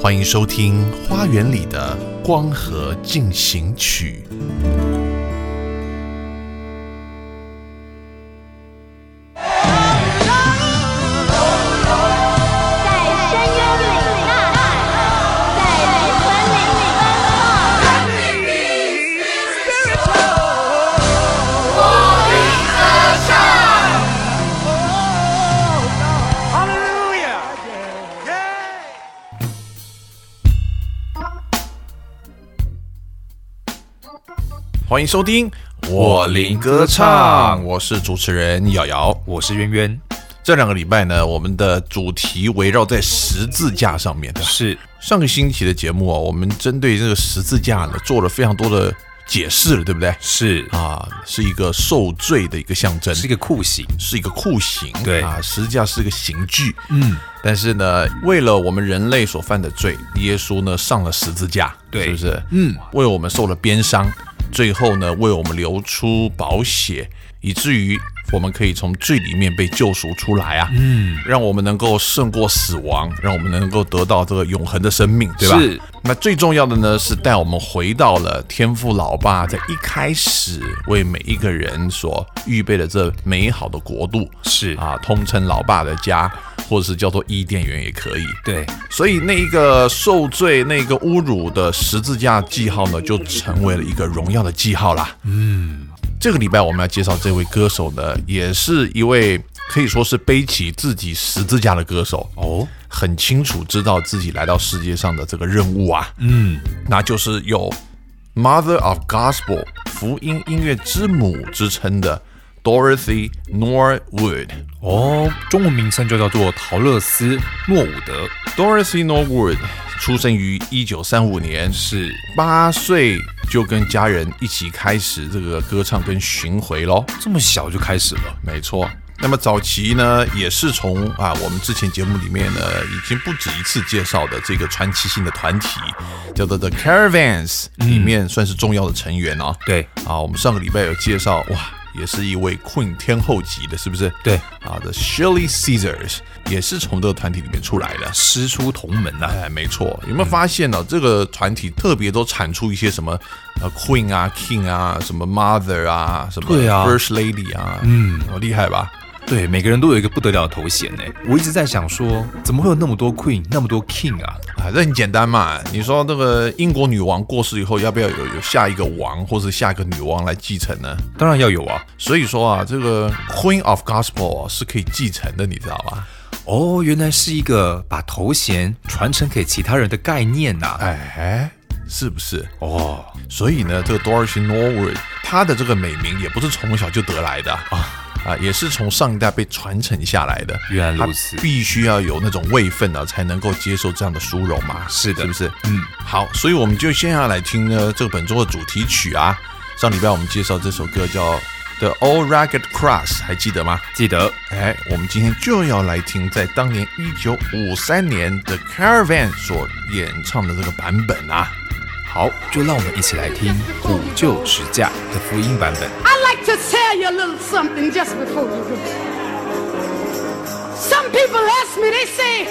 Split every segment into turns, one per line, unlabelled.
欢迎收听《花园里的光合进行曲》。
在深渊里呐喊，在灵魂里奔放。
欢迎收听
我林歌唱
我是主持人瑶瑶。
我是渊渊，
这两个礼拜呢，我们的主题围绕在十字架上面。对吧
是
上个星期的节目啊，我们针对这个十字架呢，做了非常多的解释了，对不对？
是
啊，是一个受罪的一个象征，
是一个酷刑，
是一个酷刑，
对
啊，十字架是一个刑具，
嗯，
但是呢，为了我们人类所犯的罪，耶稣呢上了十字架，
对
是不是？
嗯，
为我们受了鞭伤，最后呢为我们流出宝血，以至于我们可以从罪里面被救赎出来啊，嗯，让我们能够胜过死亡，让我们能够得到这个永恒的生命，对吧？
是。
那最重要的呢，是带我们回到了天父老爸在一开始为每一个人所预备的这美好的国度，
是
啊，通称老爸的家，或者是叫做伊甸园也可以。
对，
所以那一个受罪、那个侮辱的十字架记号呢，就成为了一个荣耀的记号啦。嗯，这个礼拜我们要介绍这位歌手呢，也是一位可以说是背起自己十字架的歌手
哦，
很清楚知道自己来到世界上的这个任务啊，
嗯，
那就是有 Mother of Gospel 福音音乐之母之称的 Dorothy Norwood。
哦，中文名称就叫做陶乐斯·诺伍德，
Dorothy Norwood 出生于一九三五年，是八岁就跟家人一起开始这个歌唱跟巡回喽。
这么小就开始了，
没错。那么早期呢，也是从啊，我们之前节目里面呢，已经不止一次介绍的这个传奇性的团体，叫做 The Caravans，里面算是重要的成员哦。
嗯对，
啊，我们上个礼拜有介绍，哇，也是一位 Queen 天后级的，是不是？
对
啊，The Shirley Caesars 也是从这个团体里面出来的。
师出同门啊呐、
哎，没错，有没有发现呢、这个团体特别都产出一些什么呃 Queen 啊、King 啊、什么 Mother 啊、什么
对啊
First Lady 啊，嗯，厉害吧？
对，每个人都有一个不得了的头衔呢。我一直在想说，怎么会有那么多 Queen，那么多 King 啊？
啊，这很简单嘛。你说那个英国女王过世以后，要不要有有下一个王或是下一个女王来继承呢？
当然要有啊。
所以说啊，这个 Queen of Gospel 啊是可以继承的，你知道吧？
哦，原来是一个把头衔传承给其他人的概念呐、
哎，是不是？
哦，
所以呢，这个 Dorothy Norwood 她的这个美名也不是从小就得来的啊啊，也是从上一代被传承下来的。
原来如此
她必须要有那种位分啊，才能够接受这样的殊荣嘛。
是的
是不是？
嗯，
好，所以我们就接下来听呢这个本周的主题曲啊。上礼拜我们介绍这首歌叫 The Old Ragged Cross，还记得吗？
记得
哎，我们今天就要来听在当年一九五三年的 Caravan 所演唱的这个版本啊。
好，就让我们一起来听古旧十架的福音版本。
I'd like to tell you a little something just before you go. Some people ask me, they say,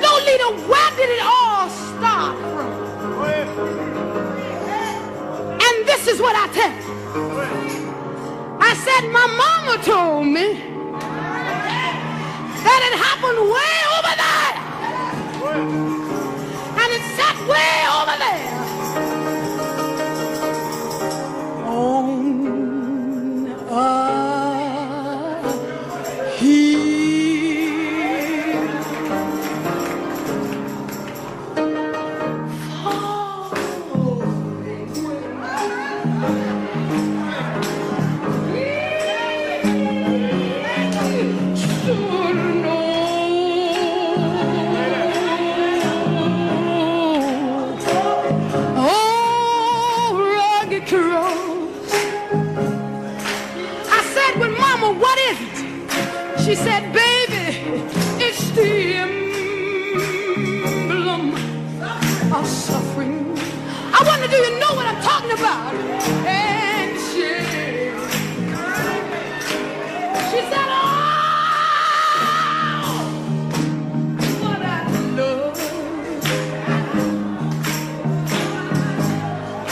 Lolita, where did it all start from? And this is what I tell you. I said, my mama told me that it happened way over there. And it sat way over there. on a hill far to know. Oh, She said, baby, it's the emblem of suffering. I wonder, do you know what I'm talking about? And she, she said, oh, what I love.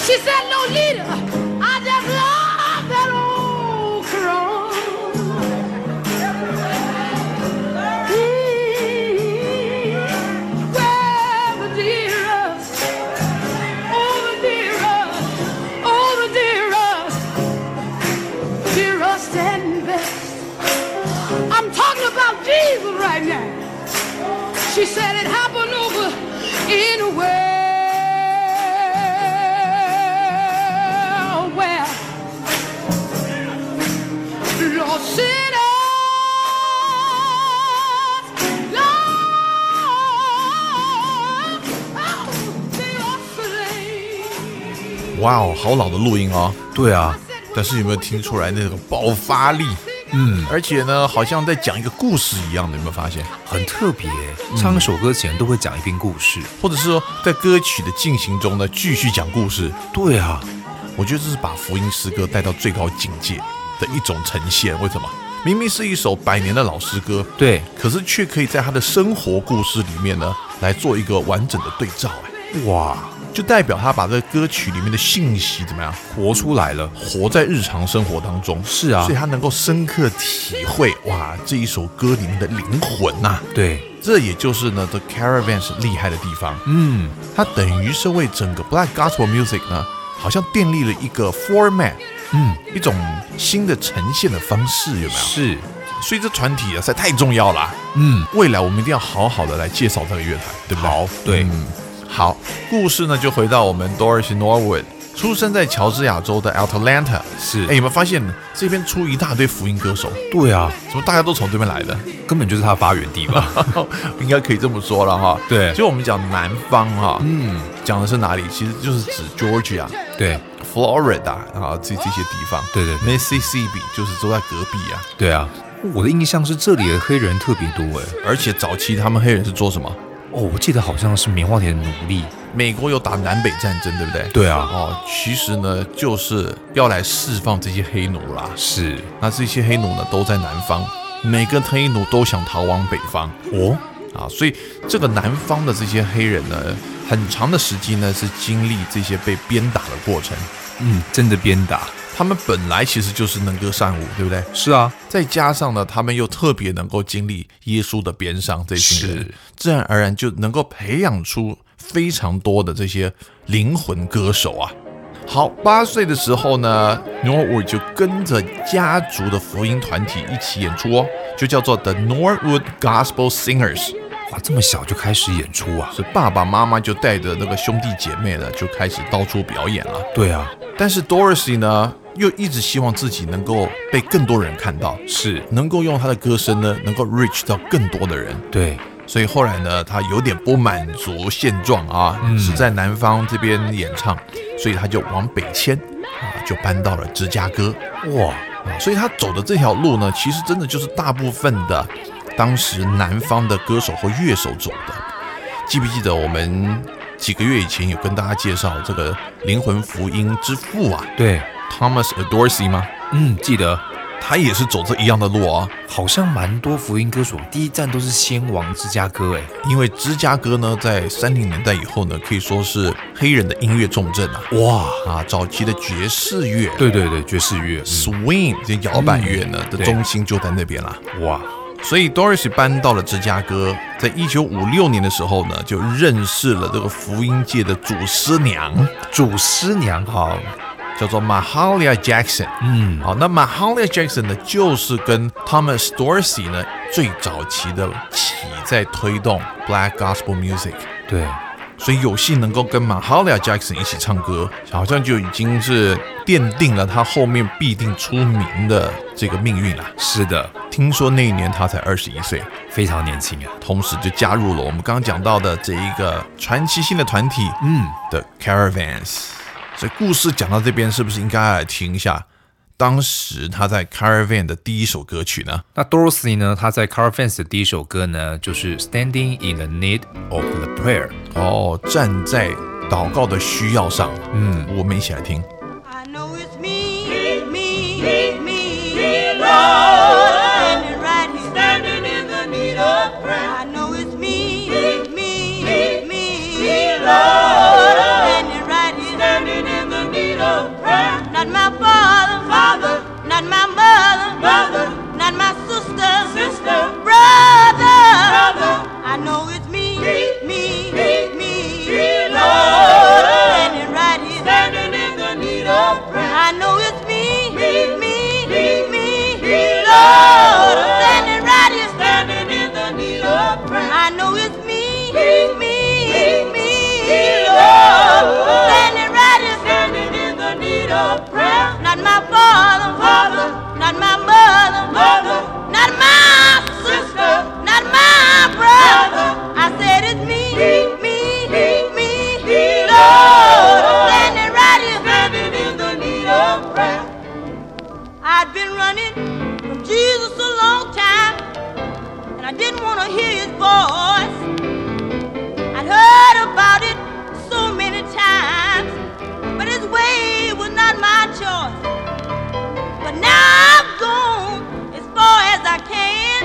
She said, Lolita, I just love that old cross. oh, She said it happened over in a well, well, lost sinners, lost, oh, they are slain.
哇哦，好老的录音哦。
对啊，
但是有没有听出来那种爆发力？
Hmm.
嗯，而且呢，好像在讲一个故事一样的，有没有发现？
很特别。唱一首歌前都会讲一篇故事。
或者是说，在歌曲的进行中呢，继续讲故事。
对啊，
我觉得这是把福音诗歌带到最高境界的一种呈现。为什么？明明是一首百年的老诗歌，
对，
可是却可以在他的生活故事里面呢，来做一个完整的对照。哎，
哇，
就代表他把这个歌曲里面的信息怎么样
活出来了。
活在日常生活当中。
是啊
所以他能够深刻体会哇这一首歌里面的灵魂啊呐、
对，
这也就是呢 The Caravans 厉害的地方。
嗯，
它等于是为整个 Black Gospel Music 呢，好像建立了一个 format，嗯，一种新的呈现的方式，有没有？
是，
所以这团体啊，实在太重要了。
嗯，
未来我们一定要好好的来介绍这个乐团，对不对？好，
对
嗯，好。故事呢，就回到我们 Doris Norwood，出生在乔治亚州的 Atlanta。
是
哎，有没有发现这边出一大堆福音歌手？
对啊，
怎么大家都从这边来的？
根本就是他的发源地 吧？
应该可以这么说了哈。
对
就我们讲南方哈，嗯，讲的是哪里？其实就是指 Georgia、
对，
Florida 啊，这这些地方。
对对对
，Mississippi 就是都在隔壁啊。
对啊。我的印象是这里的黑人特别多哎。
而且早期他们黑人是做什么？
哦，我记得好像是棉花田的奴隶。
美国有打南北战争，对不对？
对啊
哦，其实呢，就是要来释放这些黑奴啦。
是
那这些黑奴呢，都在南方，每个黑奴都想逃往北方。
哦，
啊，所以这个南方的这些黑人呢，很长的时期呢是经历这些被鞭打的过程。
嗯，真的鞭打。
他们本来其实就是能歌善舞，对不对？
是啊，
再加上呢，他们又特别能够经历耶稣的鞭伤，这群人
是
自然而然就能够培养出非常多的这些灵魂歌手啊。好，八岁的时候呢，Norwood 就跟着家族的福音团体一起演出哦，就叫做 The Norwood Gospel Singers。
哇，这么小就开始演出啊？
所以爸爸妈妈就带着那个兄弟姐妹呢，就开始到处表演了。
对啊，
但是 Dorothy 呢，又一直希望自己能够被更多人看到，
是
能够用她的歌声呢，能够 reach 到更多的人。
对，
所以后来呢，她有点不满足现状啊，是在南方这边演唱，所以她就往北迁啊，就搬到了芝加哥。
哇，
啊所以他走的这条路呢，其实真的就是大部分的当时南方的歌手或乐手走的。记不记得我们几个月以前有跟大家介绍这个灵魂福音之父啊
对，
，Thomas Dorsey 吗？
嗯，记得
他也是走这一样的路啊，
好像蛮多福音歌手第一站都是先往芝加哥哎。
因为芝加哥呢，在三零年代以后呢，可以说是黑人的音乐重镇啊。
哇，
啊，早期的爵士乐、
对对对，爵士乐，
swing 这些摇摆乐呢、的
对
中心就在那边啦。
嗯哇，
所以 Doris 搬到了芝加哥，在一九五六年的时候呢，就认识了这个福音界的祖师娘，
祖师娘好，
叫做 Mahalia Jackson。
嗯，
好，那 Mahalia Jackson 呢，就是跟 Thomas Dorsey 呢最早期的起在推动 Black Gospel Music，
对，
所以有幸能够跟 Mahalia Jackson 一起唱歌，好像就已经是奠定了他后面必定出名的这个命运了。
是的，
听说那一年他才二十一岁，
非常年轻啊。
同时就加入了我们刚刚讲到的这一个传奇性的团体，嗯，的 Caravans。所以故事讲到这边，是不是应该来停一下？当时他在 Caravan 的第一首歌曲呢，
那 Dorothy 呢？她在 Car Fence 的第一首歌呢，就是 Standing in the Need of the Prayer。
哦，站在祷告的需要上，嗯，我们一起来听。
I know it's me, me, me, me, Lord, standing right here, standing in the need of prayer. I know it's me, me, me, me, Lord, standing right here, standing in the need of prayer. Not my father, father, not my mother, mother, not my sister, sister, brother, brother. I know it's me, me, me, me, Lord, standing right here, standing in the need of prayer. I know it's me, me, me, me, me, Lord, standing right here, standing in the need of prayer. I know it's me, me, me, Lord, standing right here, standing in the need of prayer. Not my father, father, not my mother, mother, not my sister, not my brother. I said it's me, me, me, me, Lord, standing right here, standing in the need of prayer. I'd been running from Jesus a long time, and I didn't want to hear his voice. I'd heard about it so many times, but his way was not my choice. But now I've gone as far as I can,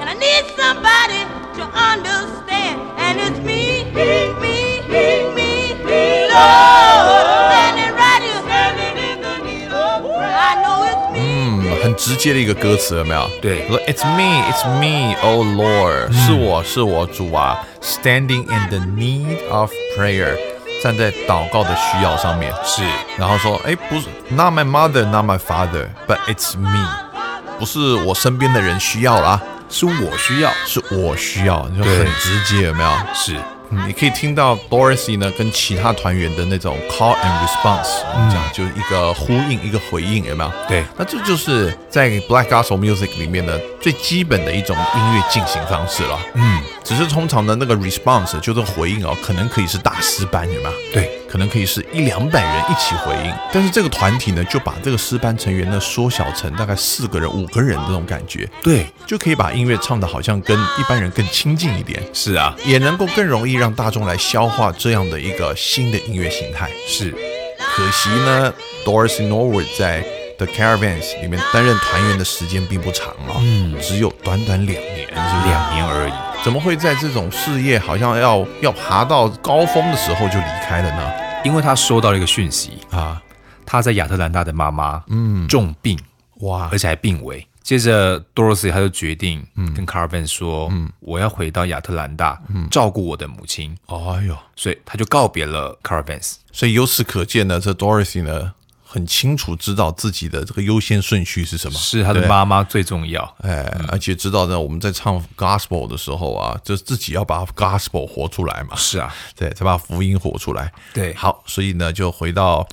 and I need somebody to understand. And it's me, me, me, me, Lord, standing right here, standing in the need of prayer. I know it's me.
嗯，很直接的一个歌词，有没有？
对嗯
说，It's me, it's me, oh Lord，、是我是我主啊，standing in the need of prayer，站在祷告的需要上面。是，然后说，哎，不是，not my mother, not my father, but it's me，不是我身边的人需要啦，
是我需要，
是我需要，你就
对
很直接，有没有？
是
嗯，你可以听到 Dorothy 呢跟其他团员的那种 call and response，我
嗯
们讲就是一个呼应，一个回应，有没有？
对
那这就是在 Black Gospel Music 里面的最基本的一种音乐进行方式了。嗯，只是通常的那个 response 就是回应哦，可能可以是大师班，有没有？
对，
可能可以是一两百人一起回应，但是这个团体呢，就把这个师班成员呢缩小成大概四个人、五个人这种感觉，
对，
就可以把音乐唱的好像跟一般人更亲近一点。
是啊，
也能够更容易让大众来消化这样的一个新的音乐形态。
是
可惜呢，Doris Norwood 在 The Caravans 里面担任团员的时间并不长啊、嗯，只有短短两年，是不是？
两年而已，
怎么会在这种事业好像要要爬到高峰的时候就离开了呢？
因为她收到了一个讯息，
啊，
她在亚特兰大的妈妈，嗯，重病，
哇
而，且还病危。接着，Dorothy 她就决定跟 Carvin 说：“我要回到亚特兰大，照顾我的母亲。
哎呦，”
所以她就告别了 Carvin。
所以由此可见呢，这 Dorothy 呢很清楚知道自己的这个优先顺序是什么，
是她的
对
妈妈最重要。
哎，而且知道呢，我们在唱 gospel 的时候啊，就自己要把 gospel 活出来嘛，
是啊，
对，才把福音活出来。
对
好，所以呢，就回到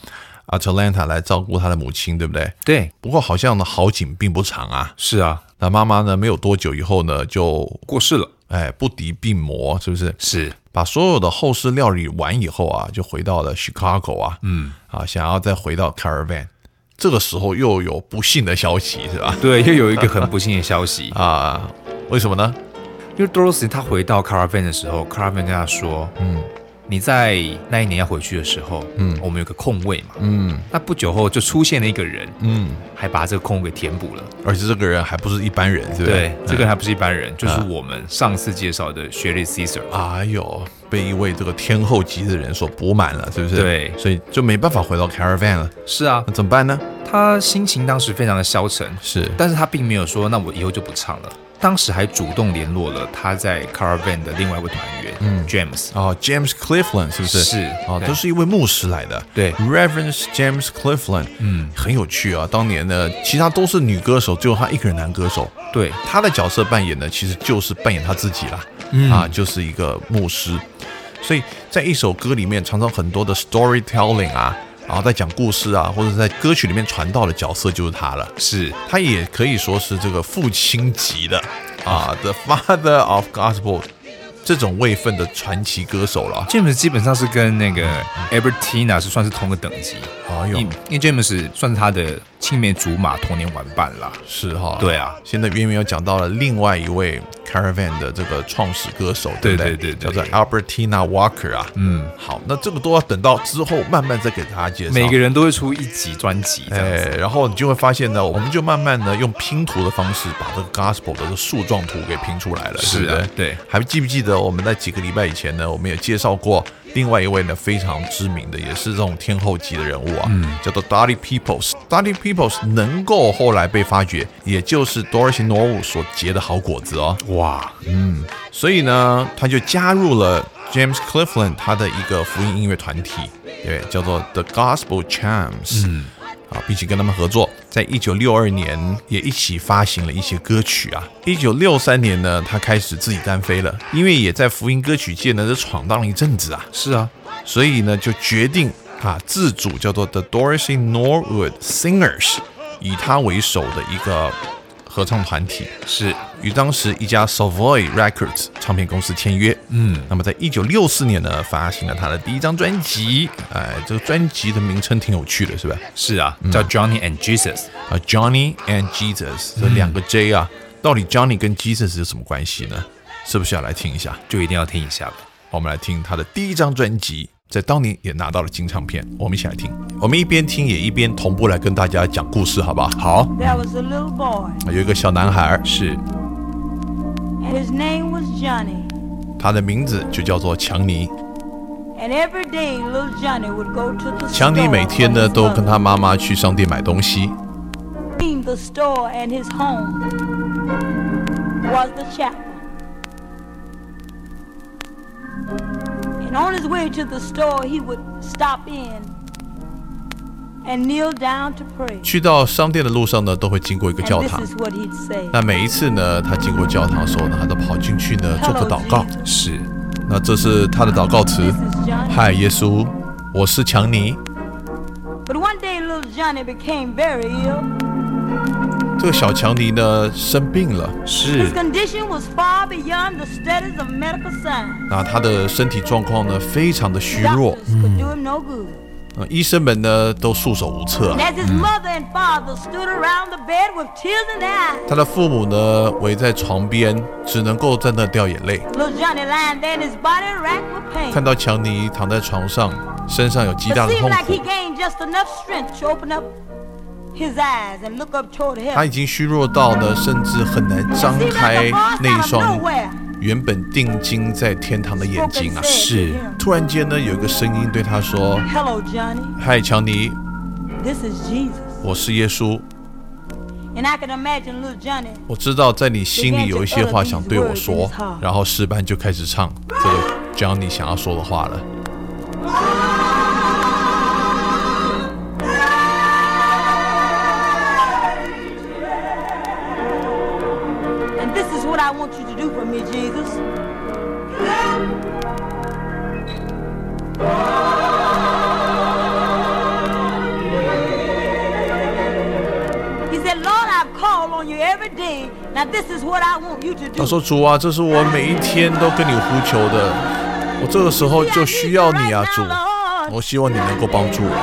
啊 Atlanta 来照顾他的母亲，对不对？
对，
不过好像呢，好景并不长啊。
是啊，
那妈妈呢，没有多久以后呢，就
过世了。
哎不敌病魔，是不是？
是
把所有的后事料理完以后啊，就回到了 Chicago 啊，嗯，啊，想要再回到 Caravan。这个时候又有不幸的消息，是吧？
对，又有一个很不幸的消 息，
啊，为什么呢？
因为 Dorothy 她回到 Carvin 的时候，Carvin 跟她说：“嗯，你在那一年要回去的时候，嗯，我们有个空位嘛，嗯，那不久后就出现了一个人，嗯，还把这个空位给填补了。”
而且这个人还不是一般人，对不
对哎啊
对？，
这个还不是一般人，就是我们上次介绍的学历 Caesar。
哎呦，被一位这个天后级的人所补满了，是不是？
对
所以就没办法回到 caravan 了。
是啊
那，怎么办呢？
他心情当时非常的消沉，
是
但是他并没有说那我以后就不唱了。当时还主动联络了他在 Caravan 的另外一位团员，嗯，James。
哦，James Cleveland 是不是？
是
哦，
对
都是一位牧师来的。
对
，Reverend James Cleveland，嗯，很有趣啊。当年呢，其他都是女歌手，只有他一个人男歌手。
对，
他的角色扮演呢，其实就是扮演他自己啦，
嗯
啊，就是一个牧师。所以在一首歌里面，常常很多的 storytelling 啊，然后在讲故事啊，或者在歌曲里面传到的角色就是他了。
是
他也可以说是这个父亲级的啊，The Father of Gospel 这种位分的传奇歌手了。
James 基本上是跟那个 Albertina 是算是同个等级，
哎呦
因因为 James 算是他的青梅竹马、童年玩伴啦。
是哈、
对啊，
现在渊源又讲到了另外一位 Caravan 的这个创始歌手，不
对
对
对对
叫
对
做 Albertina Walker 啊。
嗯，
好，那这个都要等到之后慢慢再给大家介绍。
每个人都会出一集专辑这样
哎
子。，
然后你就会发现呢，我们就慢慢的用拼图的方式把这个 gospel 的这个树状图给拼出来了，
是啊
对不对？
对
还记不记得我们在几个礼拜以前呢，我们有介绍过另外一位呢非常知名的，也是这种天后级的人物啊，
嗯
叫做 Dottie Peoples。Dottie Peoples 能够后来被发掘，也就是 Dorothy Norwood 所结的好果子哦。
哇，
所以呢，他就加入了 James Cleveland 他的一个福音音乐团体，对，叫做 The Gospel Champs。嗯。啊，并且跟他们合作，在一九六二年也一起发行了一些歌曲啊。一九六三年呢，他开始自己单飞了，因为也在福音歌曲界呢这闯荡了一阵子啊，
是啊，
所以呢就决定啊自主叫做 The Dorothy Norwood Singers，以他为首的一个合唱团体。
是
与当时一家 Savoy Records 唱片公司签约。嗯，那么在一九六四年呢，发行了他的第一张专辑。哎，这个专辑的名称挺有趣的，是吧？
是啊，叫 Johnny and Jesus。
啊，Johnny and Jesus 这两个 J 啊，到底 Johnny 跟 Jesus 有什么关系呢？是不是要来听一下？
就一定要听一下吧。
我们来听他的第一张专辑，在当年也拿到了金唱片。我们一起来听，我们一边听也一边同步来跟大家讲故事，好不好？好，
There was a little boy.
有一个小男孩，是
His name was Johnny.
他的名字就叫做强尼。
And every day, little Johnny would go to the
强
store.
尼每天呢
for his
都跟
mother.
他妈妈去商店买东西，
Between the store and his home was the chapel. And on his way to the store, he would stop in and kneel down to pray.
去到商店的路上呢都会经过一个
And
教
this
堂。
is what he'd say.
那每一次呢，他经过教堂的时候呢，他都跑进去呢做个祷告
Hello,。
是
那这是他的祷告词
This is：“ Johnny.
嗨，耶稣，我是强尼。
But one day, little Johnny became very ill. ”
这个小强尼呢生病了，
是
His condition was far beyond the studies of medical science.
那他的身体状况呢非常的虚弱
Doctors，could do him no good.
那医生们呢都束手无策啊。
And as his mother and father stood around the bed with tears in their eyes,
他的父母呢围在床边，只能够在那掉眼泪。
little Johnny lying there in his body racked with pain.
看到强尼躺在床上，身上有极大
It
的
seemed
痛
like
苦
he。gained just enough strength to open up his eyes and look up toward
他
heaven.
已经虚弱到呢，甚至很难张
It seemed
开
like the voice
那一
out of
双
nowhere
原本定睛在天堂的眼
spoke
睛啊
and！
是
said
是
to him,
突然间呢，有一个声音对他说
Hello, Johnny.：“
嗨，强尼，
This is Jesus.
我是耶稣。
And I can imagine little Johnny
我知道在你心里有一些话想对我说。”然后诗班就开始唱这个 Johnny 想要说的话了。
And this is what I want you to do for me, Jesus. He said, Lord, I've called on you every day. Now this is what I want you to
他
do.
说：“主啊，这是我每一天都跟你呼求的，我这个时候就需要你啊，主。我希望你能够帮助我，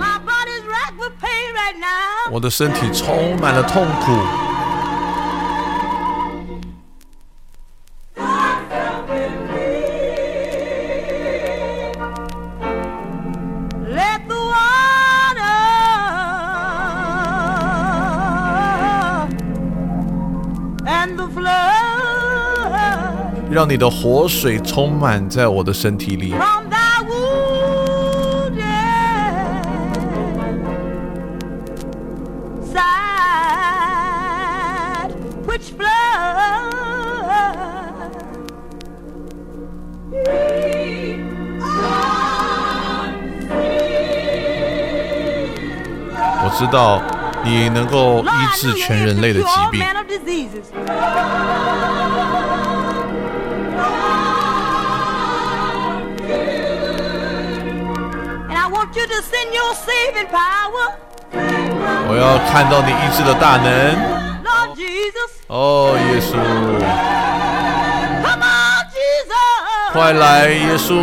My body's racked with pain right now.
我的身体充满了痛苦。”
Let the water and the flood
让你的活水充满在我的身体里，
from thy wounded side, which flood.
我知道你能够医治全人类的疾病。我要看到你医治的大能，哦，耶稣，快来，耶稣，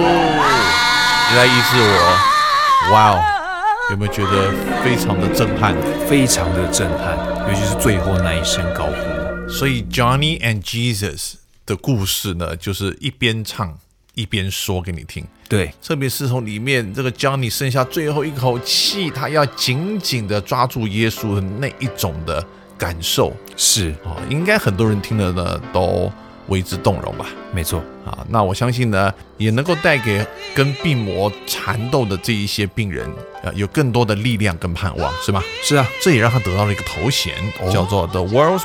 来医治我！哇哦，有没有觉得非常的震撼？
非常的震撼，尤其是最后那一声高呼。
所以 Johnny and Jesus 的故事呢，就是一边唱一边说给你听。
对，
特别是从里面这个 Johnny 剩下最后一口气，他要紧紧的抓住耶稣的那一种的感受
是
哦，应该很多人听了呢都为之动容吧。
没错。
啊，那我相信呢，也能够带给跟病魔缠斗的这一些病人啊，有更多的力量跟盼望，是吗？
是啊，哦
这也让他得到了一个头衔，叫做 The World's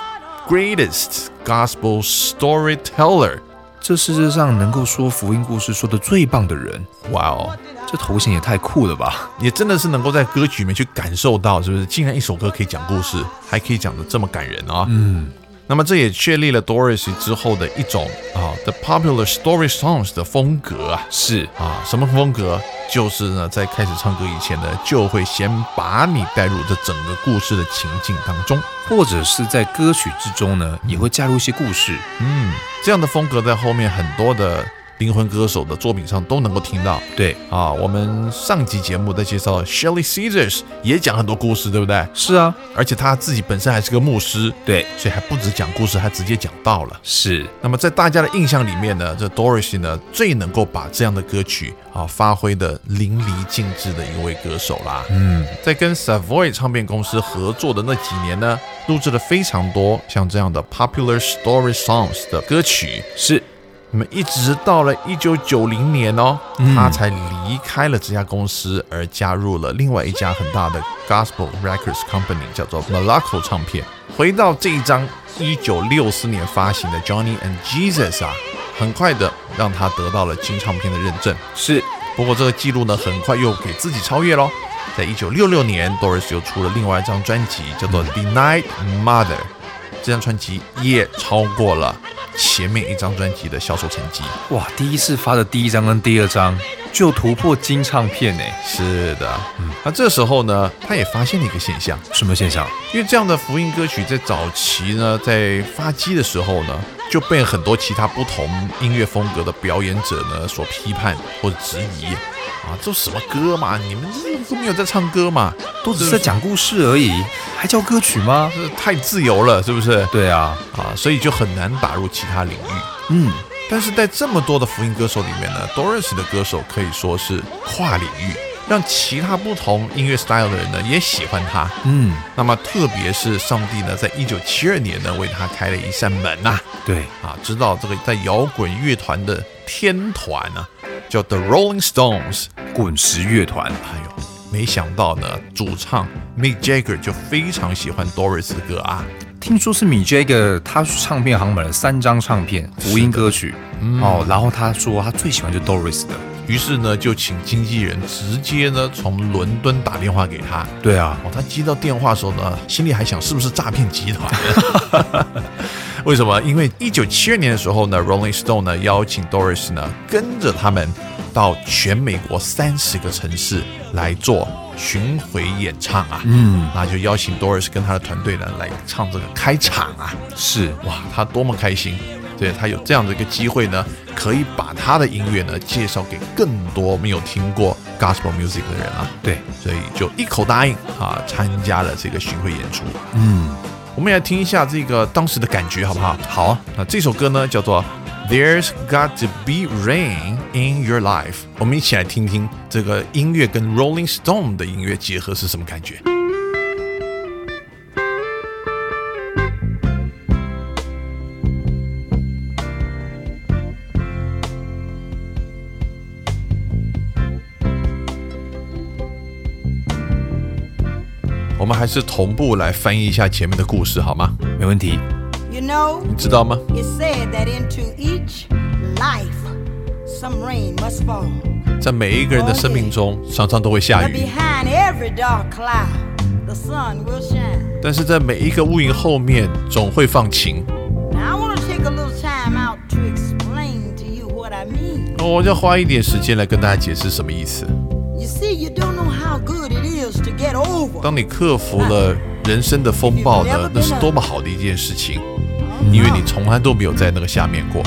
Greatest Gospel Storyteller。
这世界上能够说福音故事说的最棒的人，
哇哦，
这头衔也太酷了吧！
也真的是能够在歌曲里面去感受到，是不是？竟然一首歌可以讲故事，还可以讲的这么感人啊！嗯，那么这也确立了 Doris 之后的一种啊，The Popular Story Songs 的风格啊。
是
啊，什么风格？就是呢，在开始唱歌以前呢，就会先把你带入这整个故事的情境当中。
或者是在歌曲之中呢，也会加入一些故事。
嗯，这样的风格在后面很多的灵魂歌手的作品上都能够听到。
对，
啊，我们上集节目在介绍 Shelley Caesars 也讲很多故事，对不对？
是啊，
而且他自己本身还是个牧师，
对，
所以还不止讲故事，还直接讲道了。
是
那么在大家的印象里面呢，这 Doris 呢最能够把这样的歌曲啊发挥的淋漓尽致的一位歌手啦。嗯，在跟 Savoy 唱片公司合作的那几年呢，录制了非常多像这样的 popular story songs 的歌曲。
是，
那么一直到了一九九零年哦，他才离开了这家公司，而加入了另外一家很大的 Gospel Records Company，叫做 Malaco 唱片。回到这一张一九六四年发行的 Johnny and Jesus 啊，很快的让他得到了金唱片的认证。
是，
不过这个记录呢，很快又给自己超越喽。在一九六六年，Doris 又出了另外一张专辑，叫做《Denied Mother》，这张专辑也超过了前面一张专辑的销售成绩。
哇，第一次发的第一张跟第二张就突破金唱片诶，
是的，嗯，那这时候呢，他也发现了一个现象，
什么现象？
因为这样的福音歌曲在早期呢，在发迹的时候呢，就被很多其他不同音乐风格的表演者呢所批判或者质疑啊，这什么歌嘛，你们这都没有在唱歌嘛，
都只是在讲故事而已，还叫歌曲吗？
这太自由了，是不是？
对啊，
啊，所以就很难打入其他领域。
嗯，
但是在这么多的福音歌手里面呢，Doris 的歌手可以说是跨领域，让其他不同音乐 style 的人呢也喜欢他。
嗯，
那么特别是上帝呢，在一九七二年呢为他开了一扇门呐、
对，
啊，知道这个在摇滚乐团的天团呢、叫 The Rolling Stones。
滚石乐团
哎呦，没想到呢，主唱 Mick Jagger 就非常喜欢 Doris 的歌啊。
听说是米 j 个他去唱片行买了三张唱片福音歌曲，哦，然后他说他最喜欢就 Doris 的，
于是呢，就请经纪人直接呢从伦敦打电话给他。
对啊，
哦，他接到电话的时候呢，心里还想是不是诈骗集团？ 为什么？因为一九七二年的时候呢，Rolling Stone 呢邀请 Doris 呢跟着他们到全美国三十个城市来做巡回演唱啊。嗯，那就邀请 Doris 跟他的团队呢来唱这个开场啊。
是
哇，他多么开心！对他有这样的一个机会呢，可以把他的音乐呢介绍给更多没有听过 gospel music 的人啊，
对，
所以就一口答应啊，参加了这个巡回演出。嗯，我们也来听一下这个当时的感觉，好不好？
好啊，
那这首歌呢叫做 There's Got to Be Rain in Your Life，我们一起来听听这个音乐跟 Rolling Stone 的音乐结合是什么感觉。我们还是同步来翻译一下前面的故事好吗？
没问题，
You know,
你知道吗？
it's said that into each life some rain must fall.
在每一个人的生命中，常常都会下
But
雨，
behind every dark cloud, the sun will shine.
但是在每一个乌云后面总会放晴。
Now I want to take a little time out to explain to you what I mean.
我要花一点时间来跟大家解释什么意思。
You see, you don't know how good it is to get over.
当你克服了人生的风暴呢，那是多么好的一件事情，
嗯
因为你从来都没有在那个下面过，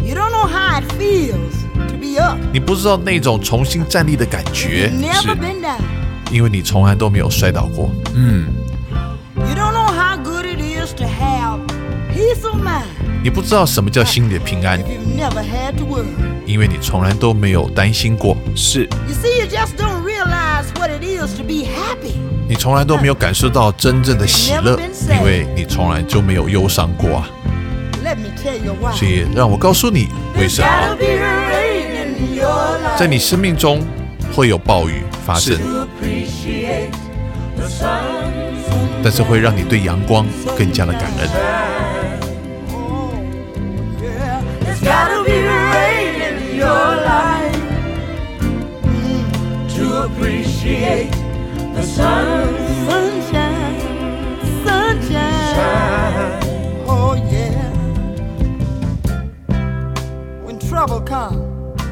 You don't know how it feels to be up.
你不知道那种重新站立的感觉
You've
是
never been down.
因为你从来都没有摔倒过。
You don't know how good it is to have peace of mind
你不知道什么叫心里的平安
if，you've never had to worry.
因为你从来都没有担心过，
是
You see, you just don't realize what it is to be happy.
你从来都没有感受到真正的喜乐，因为你从来就没有忧伤过啊。
Let me tell you why.
所以让我告诉你为
There's
什么
gotta be a rain in your life
在你生命中会有暴雨发生，
to appreciate.
但是会让你对阳光更加的感恩。
Oh, yeah. There's gotta be a rain in your life mm, to appreciate the sun, sunshine, sunshine. Oh yeah. When trouble comes,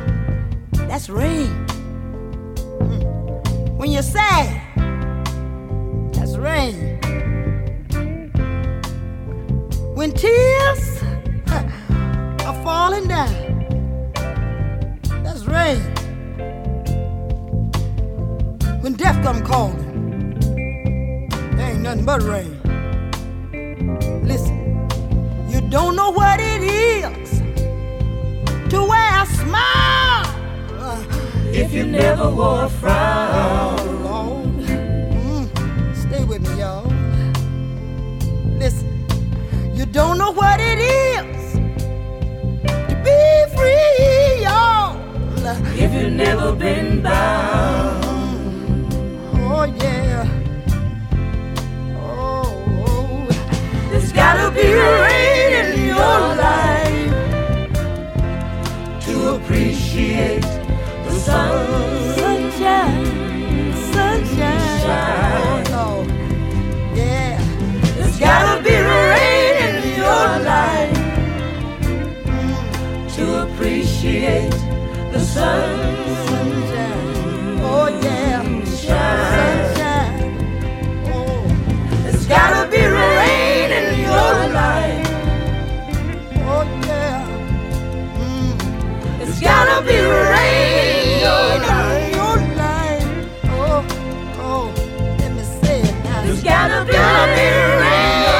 that's rain. Mm. When you're sad, that's rain when tears are falling down. That's rain. When death come calling, there ain't nothing but rain. Listen, you don't know what it is to wear a smile Uh, if you never wore a frown. Oh, Lord. Mm, stay with me, y'all. Listen. You don't know what it is to be free, y'all. If you've never been bound. Oh, yeah. Oh, oh. There's gotta be rain in your life to appreciate the sun. Sunshine, sunshine. Oh, Lord. Yeah. There's gotta be rain in your life to appreciate the sun. Sunshine. Oh yeah, sunshine. Oh, there's gotta be rain in your life. Oh yeah, mm. there's gotta be rain in your life. Oh, oh, let me say it now. There's gotta be rain in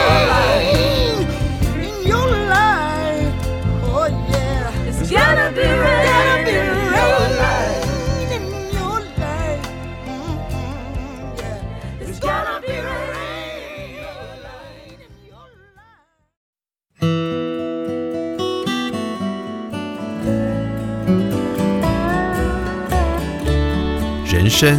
your life. Oh yeah. It's gotta be rain. Gotta be rain in your life. Mm-hmm, yeah. It's gotta be rain in your life. In your life.
人生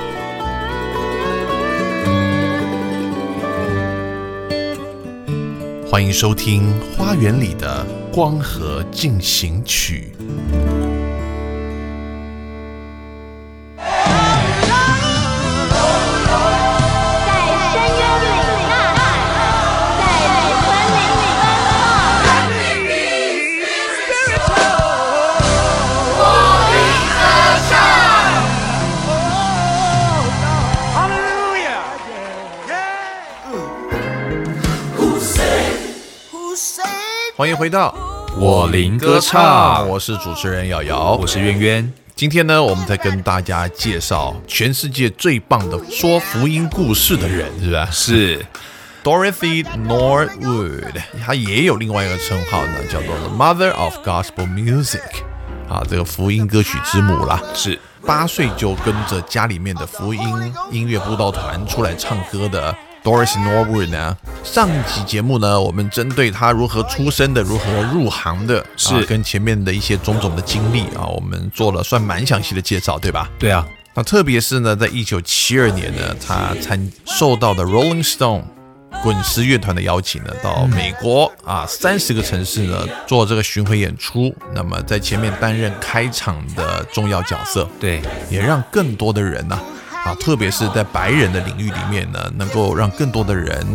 欢迎收听《花园里的光合进行曲》。
在深渊里呐喊，在灵魂里奔跑。
Who said
欢迎回到
我灵歌唱，
我是主持人瑶瑶。
我是渊渊，
今天呢，我们在跟大家介绍全世界最棒的说福音故事的人，是吧？
是
Dorothy Norwood，她也有另外一个称号呢，叫做 Mother of Gospel Music，啊，这个福音歌曲之母啦。
是
八岁就跟着家里面的福音音乐布道团出来唱歌的 Doris Norwood 呢，上一集节目呢，我们针对她如何出生的、如何入行的，
是
啊、跟前面的一些种种的经历啊，我们做了算蛮详细的介绍，对吧？
对啊，
那特别是呢，在一九七二年呢，他参受到的 Rolling Stone 滚石乐团的邀请呢，到美国啊三十个城市呢做这个巡回演出。那么在前面担任开场的重要角色，
对，
也让更多的人呢、啊，特别是在白人的领域里面呢，能够让更多的人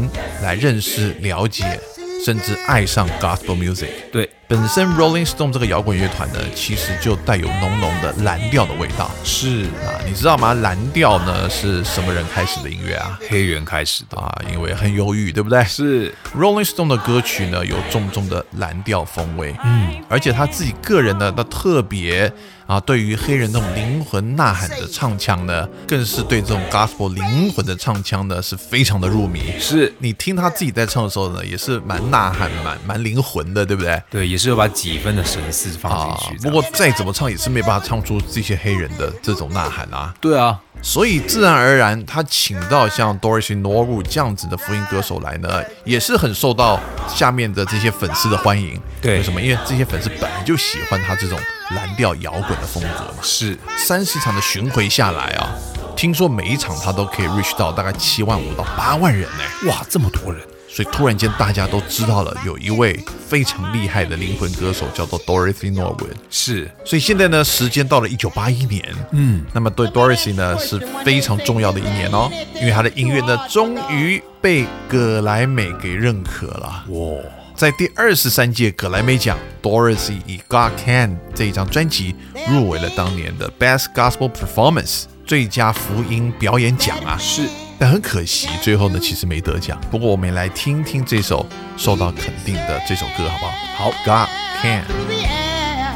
来认识、了解，甚至爱上 Gospel Music。
对，
本身 Rolling Stone 这个摇滚乐团呢，其实就带有浓浓的蓝调的味道。
是
啊，你知道吗？蓝调呢是什么人开始的音乐啊？
黑人开始的，
啊，因为很忧郁，对不对？
是
Rolling Stone 的歌曲呢，有重重的蓝调风味，嗯，而且他自己个人呢，他特别啊，对于黑人那种灵魂呐喊的唱腔呢，更是对这种 gospel 灵魂的唱腔呢，是非常的入迷。
是，
你听他自己在唱的时候呢，也是蛮呐喊、蛮蛮灵魂的，对不对？
对，也是有把几分的神似放
啊
进去，。
不过再怎么唱也是没办法唱出这些黑人的这种呐喊啊。
对啊，
所以自然而然，他请到像 Dorothy Norwood 这样子的福音歌手来呢，也是很受到下面的这些粉丝的欢迎。
对
为什么？因为这些粉丝本来就喜欢他这种蓝调摇滚的风格嘛。
是
三十场的巡回下来啊，听说每一场他都可以 reach 到大概七万五到八万人呢、
哇，这么多人，
所以突然间大家都知道了，有一位非常厉害的灵魂歌手叫做 Dorothy Norwood。
是
所以现在呢，时间到了一九八一年，嗯，那么对 Dorothy 呢是非常重要的一年哦，因为她的音乐呢终于被葛莱美给认可了。
哇，
在第二十三届葛莱美奖，Dorothy 以《God Can》这一张专辑入围了当年的 Best Gospel Performance 最佳福音表演奖啊。
是
但很可惜，最后呢其实没得奖。不过我们来听听这首受到肯定的这首歌好不好？好，《God Can》。
through the air.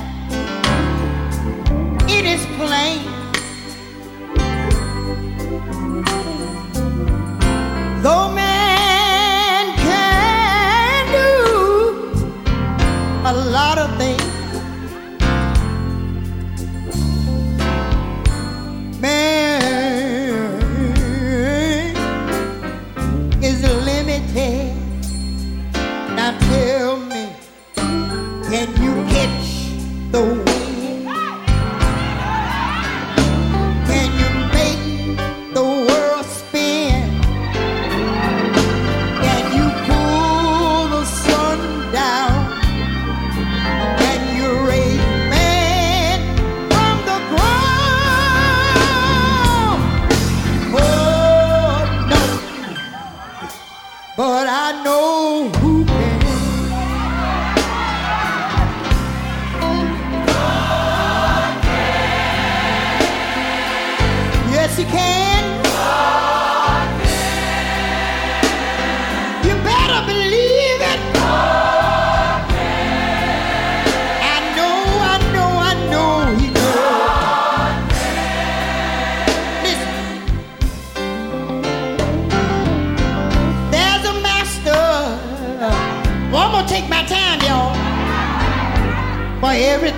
It is plain. Though man can do a lot of things, man is limited. Now tell me. Can you catch the wind? Can you make the world spin? Can you pull the sun down? Can you raise man from the ground? Oh no, but I know who can. Yes, you can. You better believe it. I know, I know, I know he does. Listen. There's a master. Well, I'm gonna take my time, y'all. For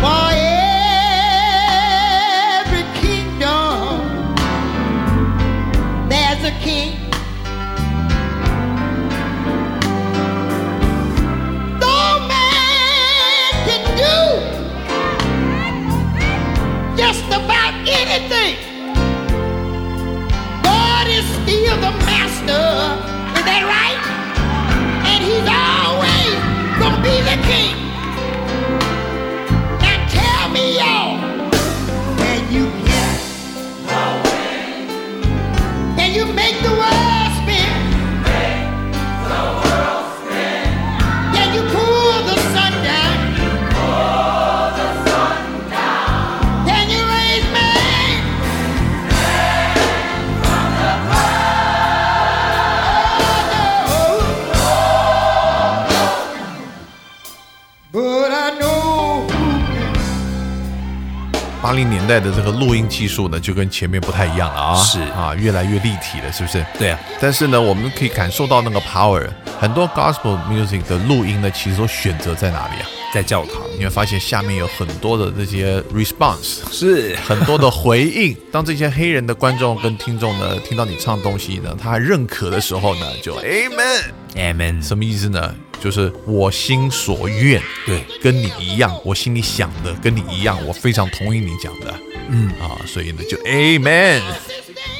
For every kingdom, there's a king. Though man can do just about anything, God is still the master. Is that right? And he's always gonna be the king. Now tell me, y'all, can you catch Can you make the world spin? Can you cool the sun down? Can you raise man? Oh, no. But I know who can.
八零年代的这个录音技术呢，就跟前面不太一样了啊，
是
啊，越来越立体了，是不是？
对啊，
但是呢，我们可以感受到那个 power。很多 gospel music 的录音呢，其实都选择在哪里啊？
在教堂
你会发现下面有很多的这些 response，
是
很多的回应。当这些黑人的观众跟听众呢，听到你唱东西呢，他还认可的时候呢，就 Amen。
Amen，
什么意思呢？就是我心所愿，
对，
跟你一样，我心里想的跟你一样，我非常同意你讲的，嗯啊，所以呢就 Amen。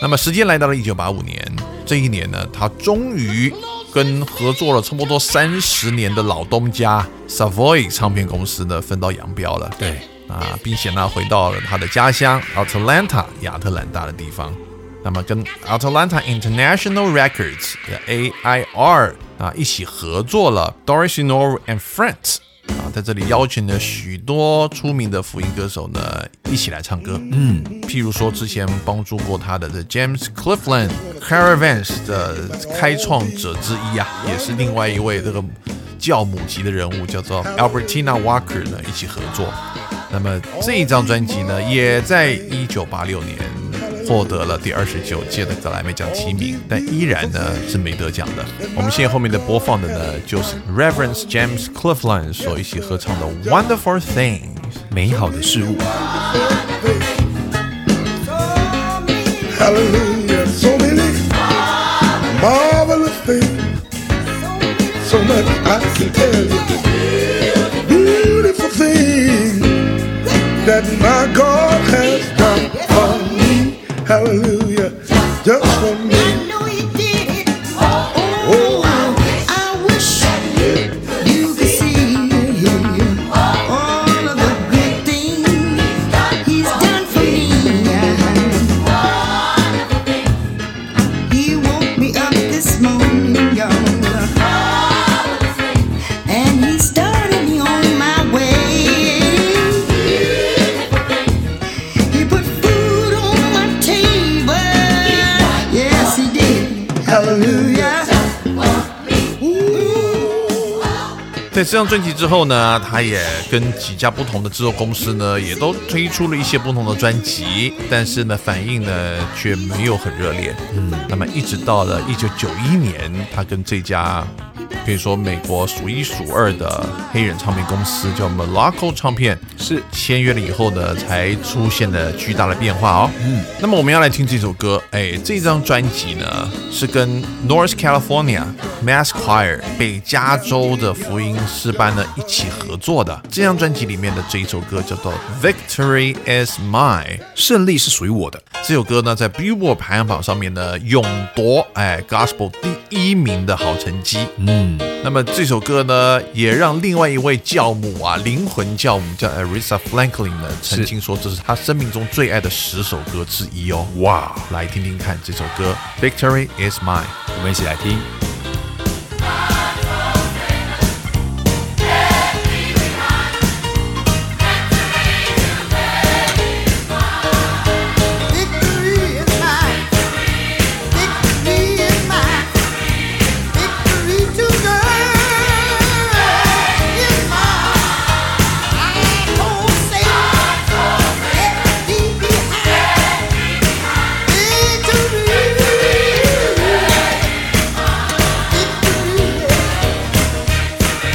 那么时间来到了一九八五年，这一年呢，他终于跟合作了差不多三十年的老东家 Savoy 唱片公司呢分道扬镳了，
对
啊，并且呢回到了他的家乡 Atlanta 亚特兰大的地方。那么跟 Atlanta International Records 的 AIR 啊一起合作了 Doris Norwood and Friends 啊，在这里邀请了许多出名的福音歌手呢一起来唱歌。嗯，譬如说之前帮助过他的这 James Cleveland Caravans 的开创者之一啊，也是另外一位这个教母级的人物，叫做 Albertina Walker 呢一起合作。那么这一张专辑呢，也在一九八六年获得了第二十九届的格莱美奖提名，但依然呢是没得奖的。我们现在后面的播放的呢，就是 Reverend James Cleveland 所一起合唱的《Wonderful Things》。
美好的事物。
Hallelujah. So many marvelous things. So much I can tell you. Beautiful things that my God has done for me. Hallelujah. Just for me.
Oh, And he started me on my way. He put food on my table. Yes, he did. Hallelujah. Ooh.
在这张专辑之后呢，他也跟几家不同的制作公司呢，也都推出了一些不同的专辑，但是呢，反应呢却没有很热烈。嗯，那么一直到了一九九一年，他跟这家可以说美国数一数二的黑人唱片公司叫 Malaco 唱片
是
签约了以后呢，才出现了巨大的变化哦。嗯，那么我们要来听这首歌，哎，这张专辑呢是跟 North California Mass Choir 北加州的福音诗班呢一起合作的。这张专辑里面的这一首歌叫做《Victory Is Mine》。
胜利是属于我的，
这首歌呢，在 Billboard 排行榜上面呢，勇夺哎 Gospel 第一名的好成绩。嗯，那么这首歌呢，也让另外一位教母啊，灵魂教母叫 Aretha Franklin 呢，曾经说这是她生命中最爱的十首歌之一哦。哇，来听听看这首歌《Victory Is Mine》。
我们一起来听。
Victory is mine. Victory is mine. Victory today is mine. I hold Satan, let me behind. Victory,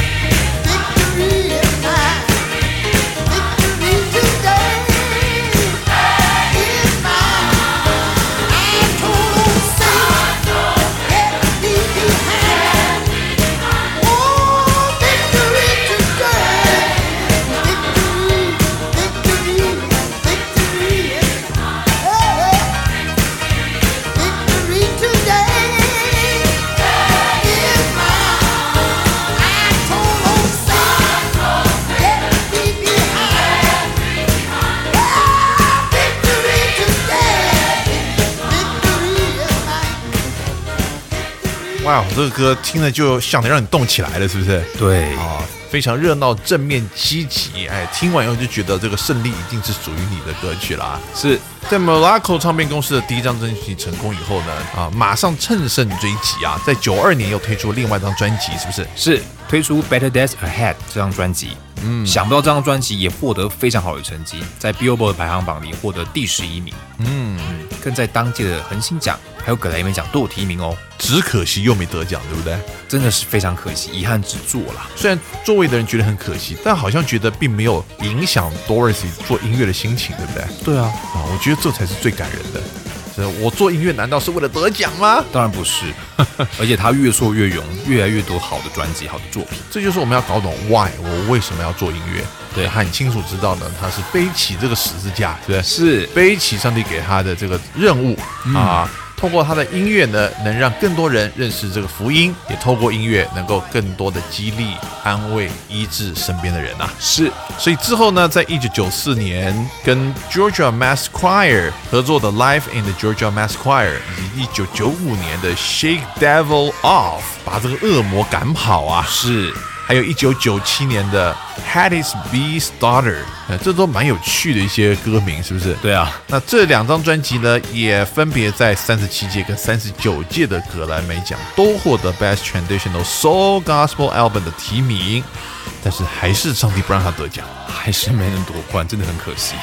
victory, victory is mine. Victory today is mine. I told Satan, let me behind. Oh, victory today, victory, victory, victory, victory today is mine. I told old Satan, let me behind. Ah, victory today, victory is mine.
哇，这个歌听了就想得让你动起来了，是不是？
对，
啊，非常热闹、正面、积极。哎，听完以后就觉得这个胜利一定是属于你的歌曲啊啦。
是
在 Malaco 唱片公司的第一张专辑成功以后呢，啊，马上乘胜追击啊，在九二年又推出另外一张专辑，是不是？
是推出《Better Days Ahead》这张专辑，嗯，想不到这张专辑也获得非常好的成绩，在 Billboard 排行榜里获得第十一名，嗯，更在当届的恒星奖还有格莱美奖都有提名哦，
只可惜又没得奖，对不对？
真的是非常可惜，遗憾之作啦。
虽然座位的人觉得很可惜，但好像觉得并没有影响 Dorothy 做音乐的心情，对不对？
对啊，
啊，我觉得这才是最感人的。这我做音乐难道是为了得奖吗？
当然不 是，而且他越做越勇，越来越多好的专辑、好的作品。
这就是我们要搞懂 why 我为什么要做音乐。
对
很清楚知道呢，他是背起这个十字架，对不对？
是嗯
背起上帝给他的这个任务、啊，透过他的音乐呢，能让更多人认识这个福音，也透过音乐能够更多的激励、安慰、医治身边的人啊。
是
所以之后呢，在一九九四年跟 Georgia Mass Choir 合作的《Live in the Georgia Mass Choir》，以及一九九五年的《Shake Devil Off》，把这个恶魔赶跑啊。
是，
还有一九九七年的《Hattie's Bee's Daughter》，呃，这都蛮有趣的一些歌名，是不是？
对啊，
那这两张专辑呢，也分别在三十七届跟三十九届的格莱美奖都获得 Best Traditional Soul Gospel Album 的提名，但是还是上帝不让他得奖。
还是没能夺冠，真的很可惜。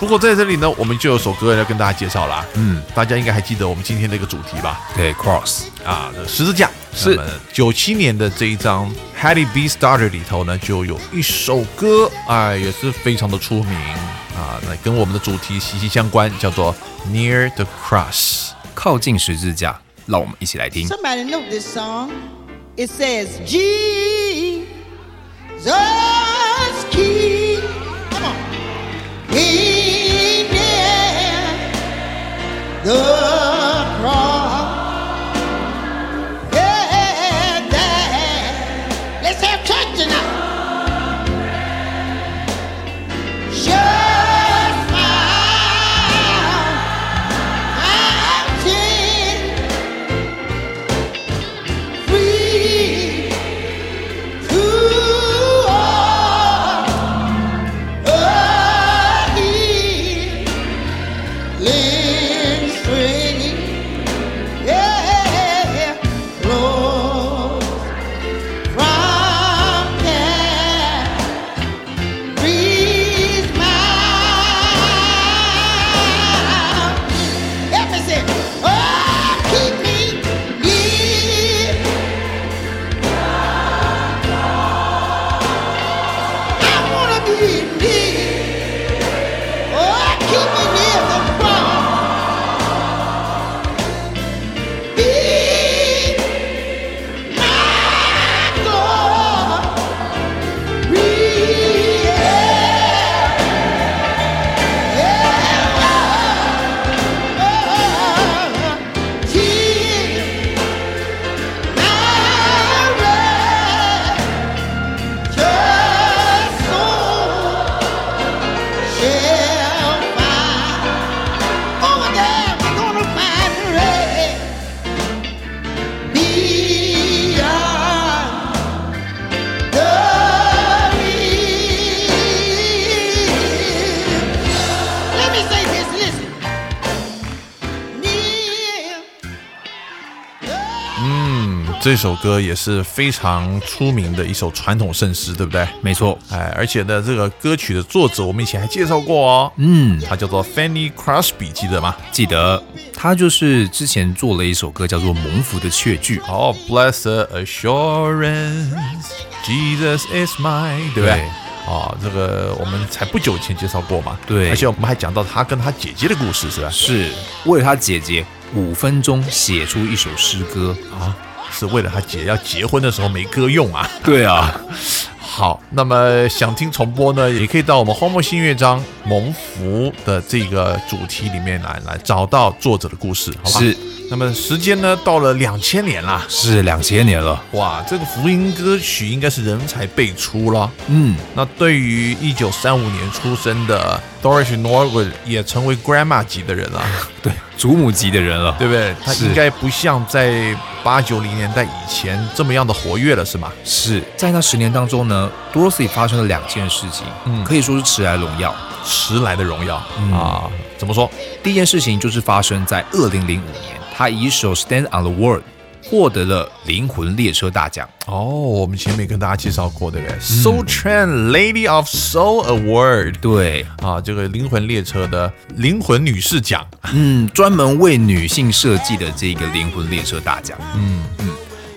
不过在这里呢，我们就有首歌要跟大家介绍啦。嗯，大家应该还记得我们今天的一个主题吧？
对，Cross
啊，这十字架
是
九七年的这一张《Hattie B Starter》里头呢，就有一首歌，哎，也是非常的出名啊，那跟我们的主题息息相关，叫做《Near the Cross》。
靠近十字架，让我们一起来听。
Somebody know this song. It says, Jesus King. Come on. He did the cross. Yeah, there. Let's have church tonight. Just my mountain free to all oh, Keep me near I wanna be near. Oh, keep me near the cross. Be my God. Be yeah. Yeah. Oh, keep my rest. Just so shall find. Over there we're gonna find rest beyond the reach. Let me say this, listen. Near the
嗯这首歌也是非常出名的一首传统圣诗，对不对？
没错，
哎，而且呢，这个歌曲的作者我们以前还介绍过哦，嗯，他叫做 Fanny Crosby，记得吗？
记得他就是之前做了一首歌叫做《蒙福的确据》，
哦、b l e s s e assurance，Jesus is mine，对不对
对？
哦，这个我们才不久以前介绍过嘛，
对
而且我们还讲到他跟他姐姐的故事，是吧？
是为了他姐姐五分钟写出一首诗歌。
啊，是为了他姐要结婚的时候没歌用啊。
对啊，
好，那么想听重播呢，也可以到我们荒漠新乐章蒙福的这个主题里面来来找到作者的故事，好吧？
是。
那么时间呢，到了两千年啦，
是两千年了。
哇，这个福音歌曲应该是人才辈出了。
嗯，
那对于一九三五年出生的 Doris Norwood 也成为 grandma 级的人了，啊
对，祖母级的人了。
对不对？她
是
应该不像在八九零年代以前这么样的活跃了，是吗？
是在那十年当中呢，Dorothy 发生了两件事情，嗯，可以说是迟来荣耀。
迟来的荣耀、啊，怎么说？
第一件事情就是发生在二零零五年，他以一首《Stand on the World》获得了灵魂列车大奖。
哦，我们前面跟大家介绍过，对不对、s o u l Train Lady of Soul Award，
对，
啊，这个灵魂列车的灵魂女士奖，
嗯，专门为女性设计的这个灵魂列车大奖。嗯嗯。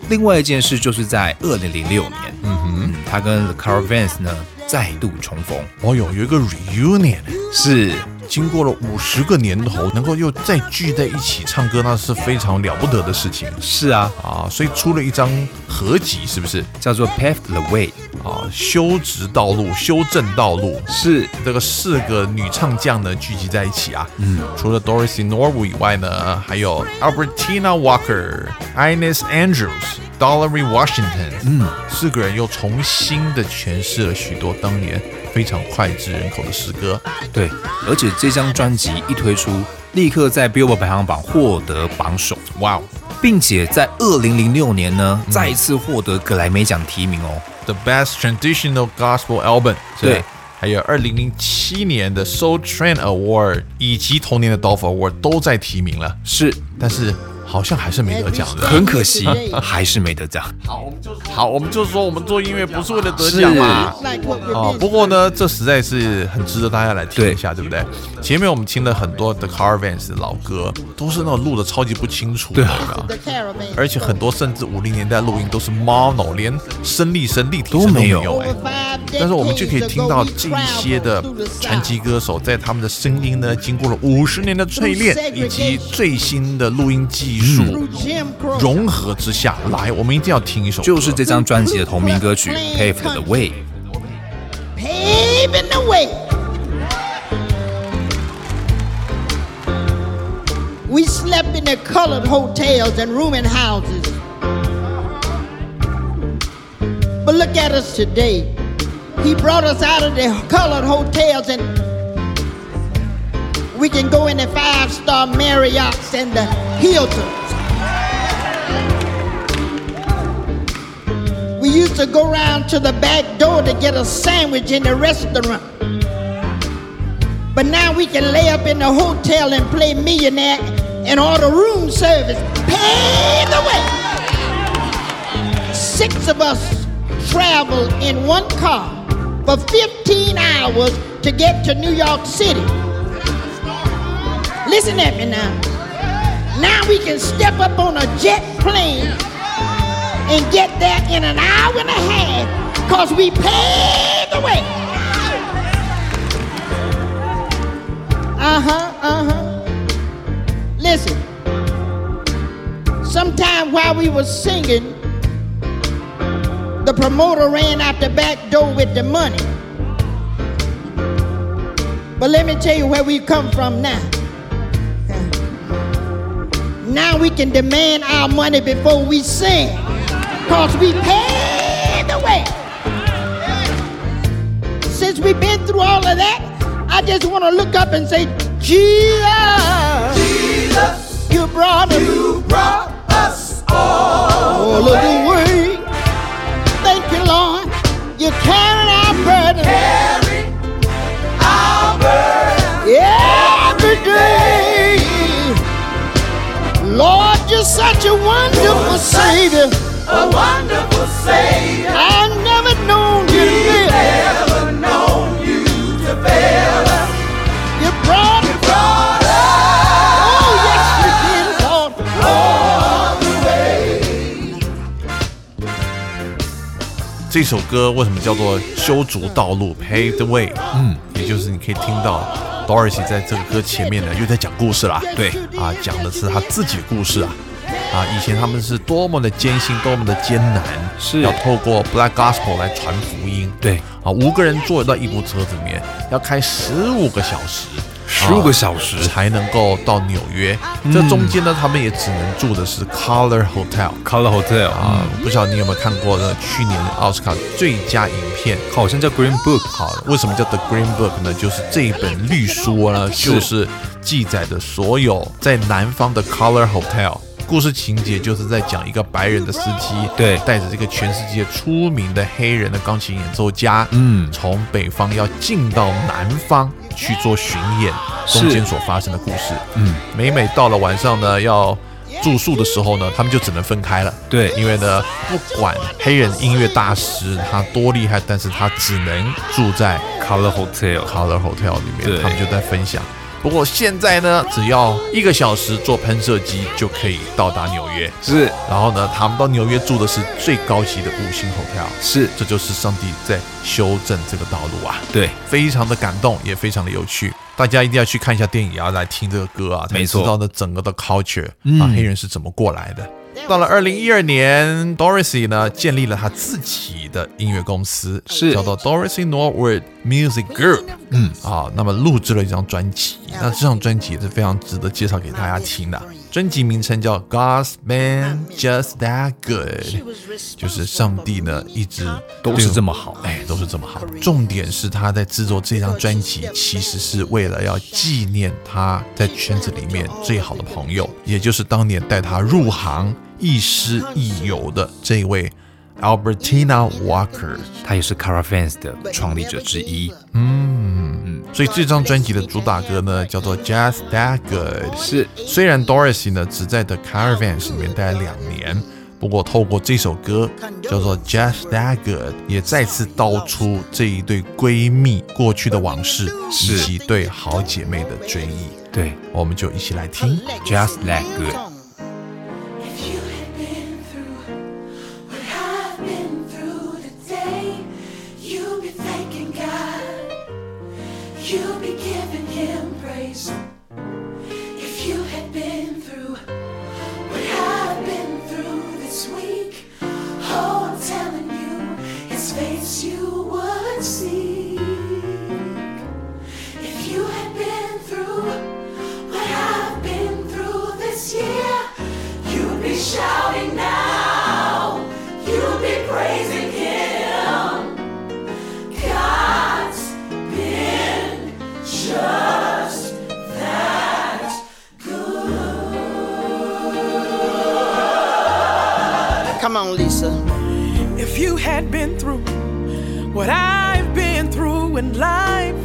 另外一件事就是在二零零六年，嗯哼，他跟 The Caravans 呢再度重逢，
哦哟，有一个 reunion，
是
经过了五十个年头，能够又再聚在一起唱歌，那是非常了不得的事情
是啊，
啊！所以出了一张合集，是不是
叫做 Pave the Way，
啊？修直道路，修正道路，
是
这个四个女唱将呢聚集在一起啊。嗯，除了 Dorothy Norwood 以外呢，还有 Albertina Walker、Ines Andrews、Dolly Washington，嗯，四个人又重新的诠释了许多当年非常脍炙人口的诗歌。
对，而且这张专辑一推出，立刻在 Billboard 排行榜获得榜首，
哇哦
并且在二零零六年呢，再一次获得格莱美奖提名哦。
，The Best Traditional Gospel Album，是吧
对
还有二零零七年的 Soul Train Award 以及同年的 Dove Award 都在提名了，
是，
但是好像还是没得奖的。
很可惜， 还是没得奖。
好，我们就说我们做音乐不是为了得奖嘛。
Like what we're
哦，
busy
不过呢，这实在是很值得大家来听一下，对不对？前面我们听了很多 The Caravans 的老歌，都是那种录的超级不清楚的，有没有
the caravan.
而且很多甚至五零年代录音都是 mono，连声力声立体声
都没有
有哎。但
但
是我们就可以听到这一些的传奇歌手，在他们的声音呢，经过了五十年的淬炼以及最新的录音技术
嗯
融合之下，来，我们一定要听一首歌，
就是这张专辑的同名歌 曲《Pave the Way》。
paving the way. We slept in the colored hotels and rooming houses. But look at us today. He brought us out of the colored hotels and we can go in the five-star Marriotts and the Hiltons. We used to go round to the back door to get a sandwich in the restaurant. But now we can lay up in the hotel and play millionaire and order room service. Pave the way. Six of us travel in one car for 15 hours to get to New York City. Listen at me now. Now we can step up on a jet plane and get there in an hour and a half because we paved the way. Uh huh, uh huh. Listen, sometime while we were singing, the promoter ran out the back door with the money. But let me tell you where we come from now. Now we can demand our money before we sing. Cause we paid the way. Since we've been through all of that, I just want to look up and say, Jesus, Jesus, you brought us, you brought us all, all of the way. Thank you, Lord. You carried our burden. Carried our burden. Every day. Lord, you're such a wonderful Savior. A wonderful Savior. I never known you to fail. Never known you to fail. You brought, you brought us. Oh, yes, you did, Lord. All the way.
这首歌为什么叫做“修筑道路 ”（Pave the Way）？嗯，也就是你可以听到 Dorothy 在这个歌前面呢又在讲故事啦。
对
啊，讲的是她自己的故事啊。啊，以前他们是多么的艰辛，多么的艰难，
是
要透过 Black Gospel 来传福音。
对
啊，五个人坐到一部车子里面，要开十五个小时。
15个小时
啊才能够到纽约，
嗯
这中间呢，他们也只能住的是 Color Hotel，
Color Hotel 啊，
啊，不晓得你有没有看过呢？去年奥斯卡最佳影片。
好像叫 Green Book。
好，为什么叫 The Green Book 呢？就是这一本绿书呢， 就是记载的所有在南方的 Color Hotel。故事情节就是在讲一个白人的司机，
对
带着这个全世界出名的黑人的钢琴演奏家，嗯，从北方要进到南方去做巡演，中间所发生的故事，嗯，每每到了晚上呢，要住宿的时候呢，他们就只能分开了，
对
因为呢，不管黑人音乐大师他多厉害，但是他只能住在
Color Hotel，
Color Hotel 里面，
对
他们就在分享不过现在呢，只要一个小时坐喷射机就可以到达纽约。
是
然后呢，他们到纽约住的是最高级的五星 hotel。
是，
这就是上帝在修正这个道路啊，
对，
非常的感动，也非常的有趣。大家一定要去看一下电影啊，来听这个歌啊，才
没
知
错嗯
道呢整个的 culture 啊，黑人是怎么过来的。到了二零一二年，Dorothy 呢建立了她自己的音乐公司，
是
叫做 Dorothy Norwood Music Group。嗯，啊，那么录制了一张专辑，那这张专辑也是非常值得介绍给大家听的。专辑名称叫《God's Man Just That Good》，就是上帝呢一直
都
对
是
我
这么好
哎，都是这么好。重点是他在制作这张专辑，其实是为了要纪念他在圈子里面最好的朋友，也就是当年带他入行亦师亦友的这位 Albertina Walker。
他也是 Cara Fans 的创立者之一。
所以这张专辑的主打歌呢，叫做《Just That Good》。
是
虽然 Dorothy 呢只在 The Caravans 里面待了两年，不过透过这首歌叫做《Just That Good》，也再次道出这一对闺蜜过去的往事，以及对好姐妹的追忆。
对，
我们就一起来听。
Just That Good。
If you had been through what I've been through today, you'd be thanking God. You'd be giving Him praise. If you had been through what I've been through this week, oh, I'm telling you, His face you would see. If you had been through what I've been through this year, you'd be shouting now. You'd be praising Him. God's been just that
Come on, Lisa.
If you had been through what I've been through in life,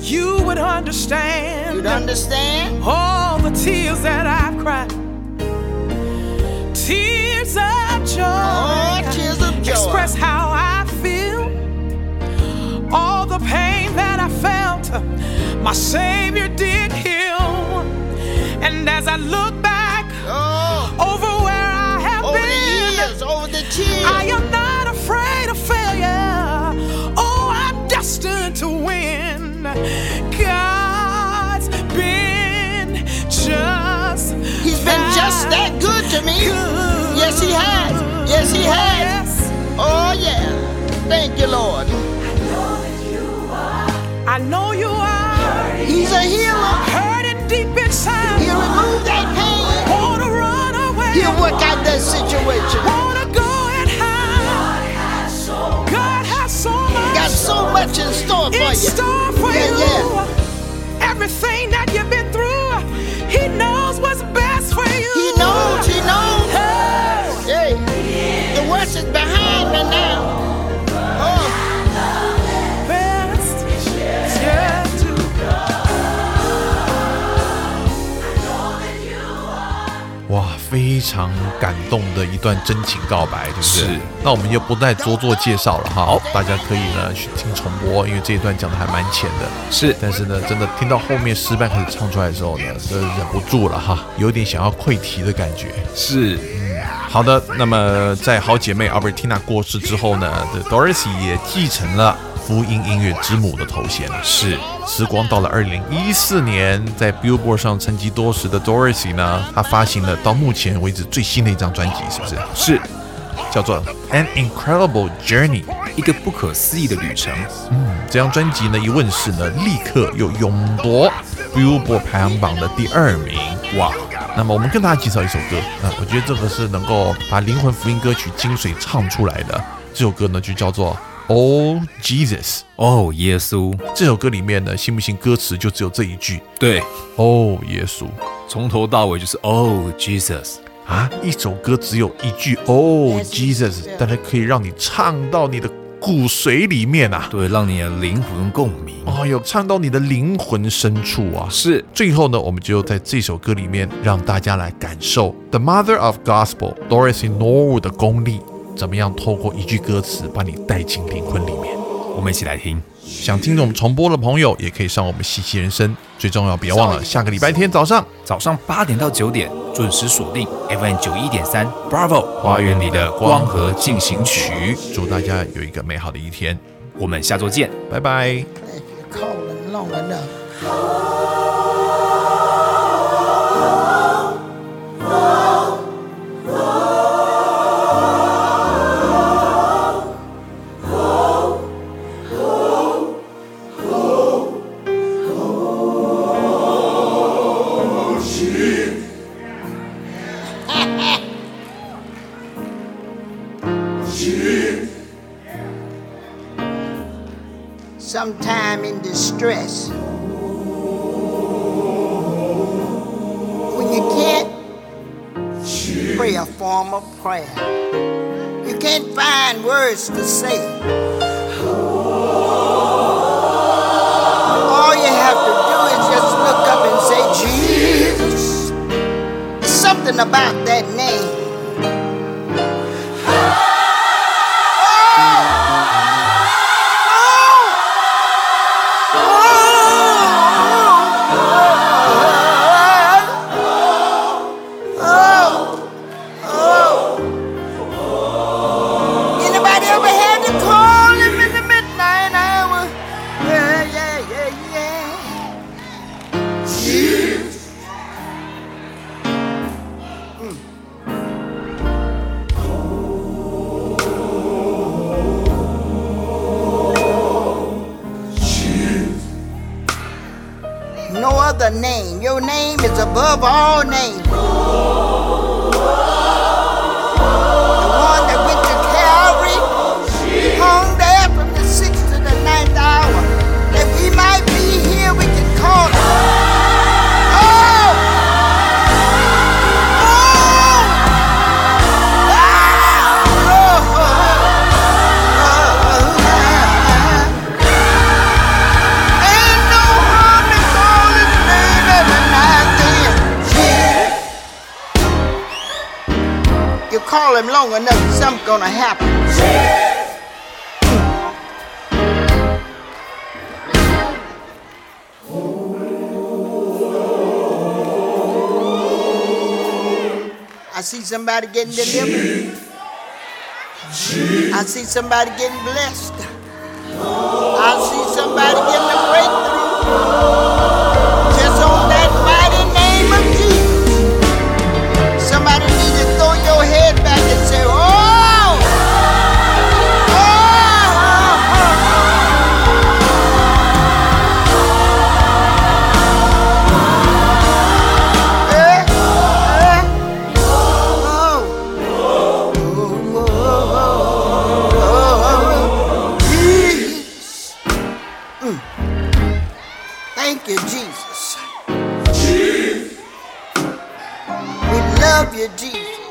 you would understand.
You understand?
all the tears that I've cried. Tears of joy.
Oh, tears of joy.
Express how I feel. All the pain that I felt, my Savior did heal. And as I look back
Oh,
over where I have
over the
been,
years, over the
I
tears.
am not afraid of failure. Oh, I'm destined to win. God's been just.
He's been just that good to me. Yes, he has. Yes, he has. Oh, yeah. Thank you, Lord.
I know you are
He's a healer.
hurting deep
He'll
inside.
remove that pain.
Wanna run away.
He'll work out that situation.
Wanna go and hide. God has so much.
Got so much in store for
in
you.
store for
Yeah,
you.
yeah.
Everything that you've been through, He knows what's best for you.
He knows, he knows.
Oh,
Hey, the worst is behind me now. Oh,
best yet to
哇，非常感动的一段真情告白，对不对？
是
那我们就不再多做介绍了哈，大家可以呢去听重播，因为这一段讲的还蛮浅的。
是
但是呢，真的听到后面诗班开始唱出来的时候呢，真的忍不住了哈，有点想要溃堤的感觉。
是，
好的，那么在好姐妹 Albertina 过世之后呢这，Dorothy 也继承了福音音乐之母的头衔。是，时光到了二零一四年，在 Billboard 上沉寂多时的 Dorothy 呢，她发行了到目前为止最新的一张专辑，是不是？
是
叫做《An Incredible Journey》。
一个不可思议的旅程。
这张专辑呢一问世呢，立刻又勇夺 Billboard 排行榜的第二名，哇！那么我们跟大家介绍一首歌，啊、我觉得这个是能够把灵魂福音歌曲精髓唱出来的。这首歌呢就叫做《Oh Jesus》。
哦，耶稣，
这首歌里面呢，信不信歌词就只有这一句
对，
哦，耶稣
从头到尾就是哦，Jesus，
啊！一首歌只有一句哦，Jesus，但它可以让你唱到你的骨髓里面啊！
对，让你的灵魂共鸣。
哦哟，唱到你的灵魂深处啊！
是
最后呢，我们就在这首歌里面让大家来感受 The Mother of Gospel Dorothy Norwood 的功力，怎么样透过一句歌词把你带进灵魂里面。
我们一起来听。
想听我们重播的朋友，也可以上我们西西人生。最重要，别忘了下个礼拜天早上
早上八点到九点准时锁定 FM 九一点三 Bravo 花园里的光合进行曲。
祝大家有一个美好的一天，
我们下周见。
拜拜。
If you're calling long enough. sometime in distress. When you can't pray a form of prayer, you can't find words to say. All you have to do is just look up and say, Jesus. There's something about that name. Oh! Anybody ever had to call him in the midnight hour? Yeah, yeah, yeah, yeah. No other name. Your name is above all names. The one that went to Calvary, hung there from the sixth to the ninth hour. That we might be here, we can call him. Oh! Oh! Ah! Oh! Ain't no harm in calling his name every night, then. You call him long enough, something's gonna happen. I see somebody getting delivered. I see somebody getting blessed. I see somebody getting a breakthrough. Just on that mighty name of Jesus. Somebody need to throw your head back and say, Oh! Oh! Eh? Eh? Oh! Oh, oh, oh, oh. Jesus. Mm. Thank you, Jesus. We love you, Jesus.